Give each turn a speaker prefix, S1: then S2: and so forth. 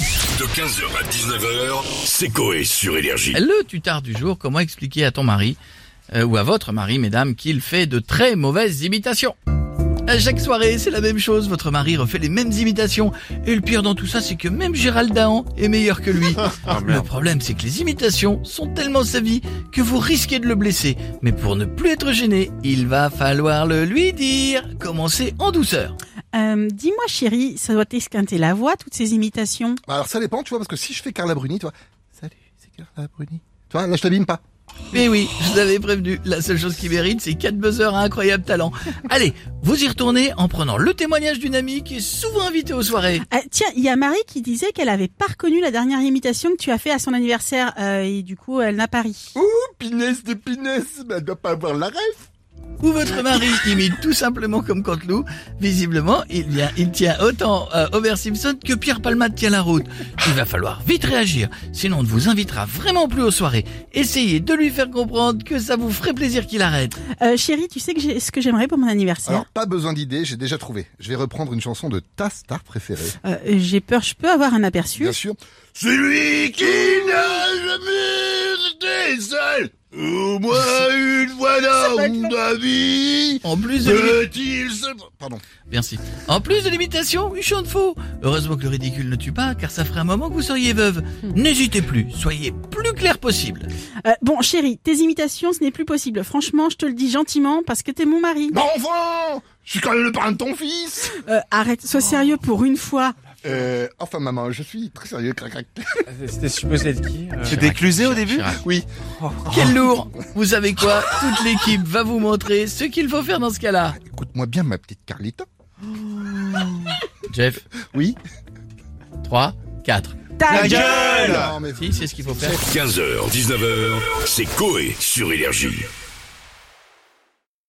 S1: De 15h à 19h, c'est Coé sur Énergie.
S2: Le tutard du jour, comment expliquer à ton mari, euh, ou à votre mari, mesdames, qu'il fait de très mauvaises imitations à chaque soirée, c'est la même chose, votre mari refait les mêmes imitations. Et le pire dans tout ça, c'est que même Gérald Dahan est meilleur que lui. Ah, le problème, c'est que les imitations sont tellement savies que vous risquez de le blesser. Mais pour ne plus être gêné, il va falloir le lui dire. Commencez en douceur.
S3: Euh, Dis-moi, chérie, ça doit t'esquinter la voix, toutes ces imitations.
S4: Bah, Alors ça dépend, tu vois, parce que si je fais Carla Bruni, tu vois. Salut, c'est Carla Bruni. Tu vois, là je t'abîme pas.
S2: Mais oui, je vous avais prévenu, la seule chose qui mérite, c'est 4 buzzers à incroyable talent. Allez, vous y retournez en prenant le témoignage d'une amie qui est souvent invitée aux soirées.
S3: Ah, tiens, il y a Marie qui disait qu'elle avait pas reconnu la dernière imitation que tu as fait à son anniversaire euh, et du coup elle n'a pas ri.
S4: Pinesse de Pinesse, bah, elle doit pas avoir la ref.
S2: Ou votre mari imite tout simplement comme Canteloup. Visiblement, il, y a- il tient autant euh, Homer Simpson que Pierre Palmade tient la route. Il va falloir vite réagir, sinon on ne vous invitera vraiment plus aux soirées. Essayez de lui faire comprendre que ça vous ferait plaisir qu'il arrête.
S3: Euh, chérie, tu sais que j'ai- ce que j'aimerais pour mon anniversaire
S4: Alors pas besoin d'idée, j'ai déjà trouvé. Je vais reprendre une chanson de ta star préférée.
S3: Euh, J'ai peur, je peux avoir un aperçu.
S4: Bien sûr. Celui qui n'a jamais été seul, au moins une fois dans la vie,
S2: En plus de
S4: peut-il se... Pardon.
S2: Merci. En plus de l'imitation, une chante faux. Heureusement que le ridicule ne tue pas, car ça ferait un moment que vous seriez veuve. N'hésitez plus, soyez plus clair possible.
S3: Euh, bon, chérie, tes imitations, ce n'est plus possible. Franchement, je te le dis gentiment parce que t'es mon mari.
S4: Bon enfant Je suis quand même le parrain de ton fils
S3: Euh, arrête,
S4: Oh.
S3: sois sérieux pour une fois.
S4: Euh, enfin maman, je suis très sérieux, crac crac.
S5: C'était supposé être qui euh,
S6: Tu déclusais au début
S4: Oui.
S2: Quel lourd Vous savez quoi Toute l'équipe va vous montrer ce qu'il faut faire dans ce cas-là.
S4: Écoute-moi bien ma petite Carlita.
S2: Jeff,
S4: Oui
S2: 3, 4.
S3: Ta gueule
S4: Non mais...
S2: Si, c'est ce qu'il faut faire.
S1: 15h, 19h, c'est Coé sur Énergie.